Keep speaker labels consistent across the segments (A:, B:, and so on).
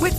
A: With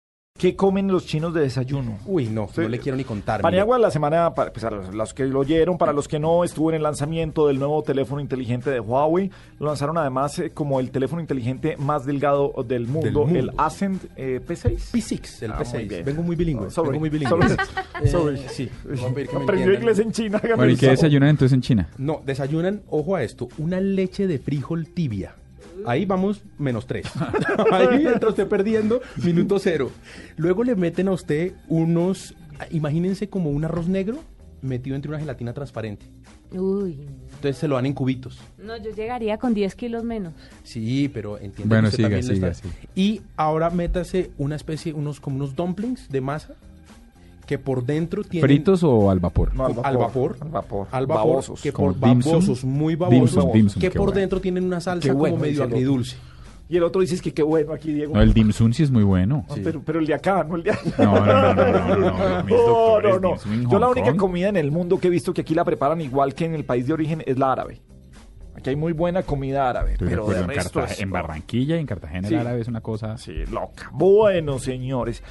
B: ¿Qué comen los chinos de desayuno?
C: Uy, no, no le quiero ni contar. mire.
B: Paniagua la semana, para, pues, a los, los que lo oyeron, para los que no, estuvo en el lanzamiento del nuevo teléfono inteligente de Huawei. Lo lanzaron además eh, como el teléfono inteligente más delgado del mundo,
C: mundo.
B: el Ascend eh, P6.
C: P6, el
B: Ah, muy
C: P6.
B: bien.
C: Vengo muy bilingüe.
B: Ah, sorry,
C: Vengo muy bilingüe.
B: sorry,
C: Eh,
B: sorry.
C: sí, voy a pedir que me
B: Aprendió
C: entiendan.
B: inglés en China. hágame
D: Bueno, ¿y
B: el
D: qué
B: favor.
D: desayunan entonces en China?
C: No, desayunan, ojo a esto, una leche de frijol tibia. Ahí vamos menos tres. Ahí entra usted perdiendo, minuto cero. Luego le meten a usted unos, imagínense como un arroz negro metido entre una gelatina transparente.
E: Uy,
C: Entonces se lo dan en cubitos.
E: no, yo llegaría con 10 kilos menos.
C: Sí, pero entiende
D: Bueno,
C: que usted
D: siga,
C: también lo
D: siga,
C: está-
D: siga.
C: Y ahora métase una especie, unos como unos dumplings de masa que por dentro tienen
D: ¿Fritos o al vapor?
B: No,
C: al vapor, al vapor,
B: Al vapor. Babosos.
C: que
D: Como
C: por
D: dim sum.
C: babosos, muy
D: Dim sum,
C: babosos,
D: dim sum,
C: que
D: qué
C: por
D: bueno.
C: dentro tienen una salsa
B: Qué bueno,
C: como medio
B: dice el otro.
C: agridulce.
B: Y el otro dices que qué bueno aquí, Diego.
D: No, el dim sum sí es muy bueno.
B: Ah, pero, pero el de acá, no el de allá.
D: No, no, no, no, no, no, no,
B: No,
D: mis
B: no,
D: doctores,
B: no.
D: dim sum en
B: Yo la
D: Hong
B: única
D: Kong.
B: comida en el mundo que he visto que aquí la preparan igual que en el país de origen es la árabe. Aquí hay muy buena comida árabe,
D: Estoy de
B: pero
D: acuerdo,
B: de
D: en,
B: resto
D: Cartag-
B: es
D: en
B: todo.
D: Barranquilla y en Cartagena
B: Sí.
D: el árabe es una cosa...
B: Sí, loca. Bueno, señores.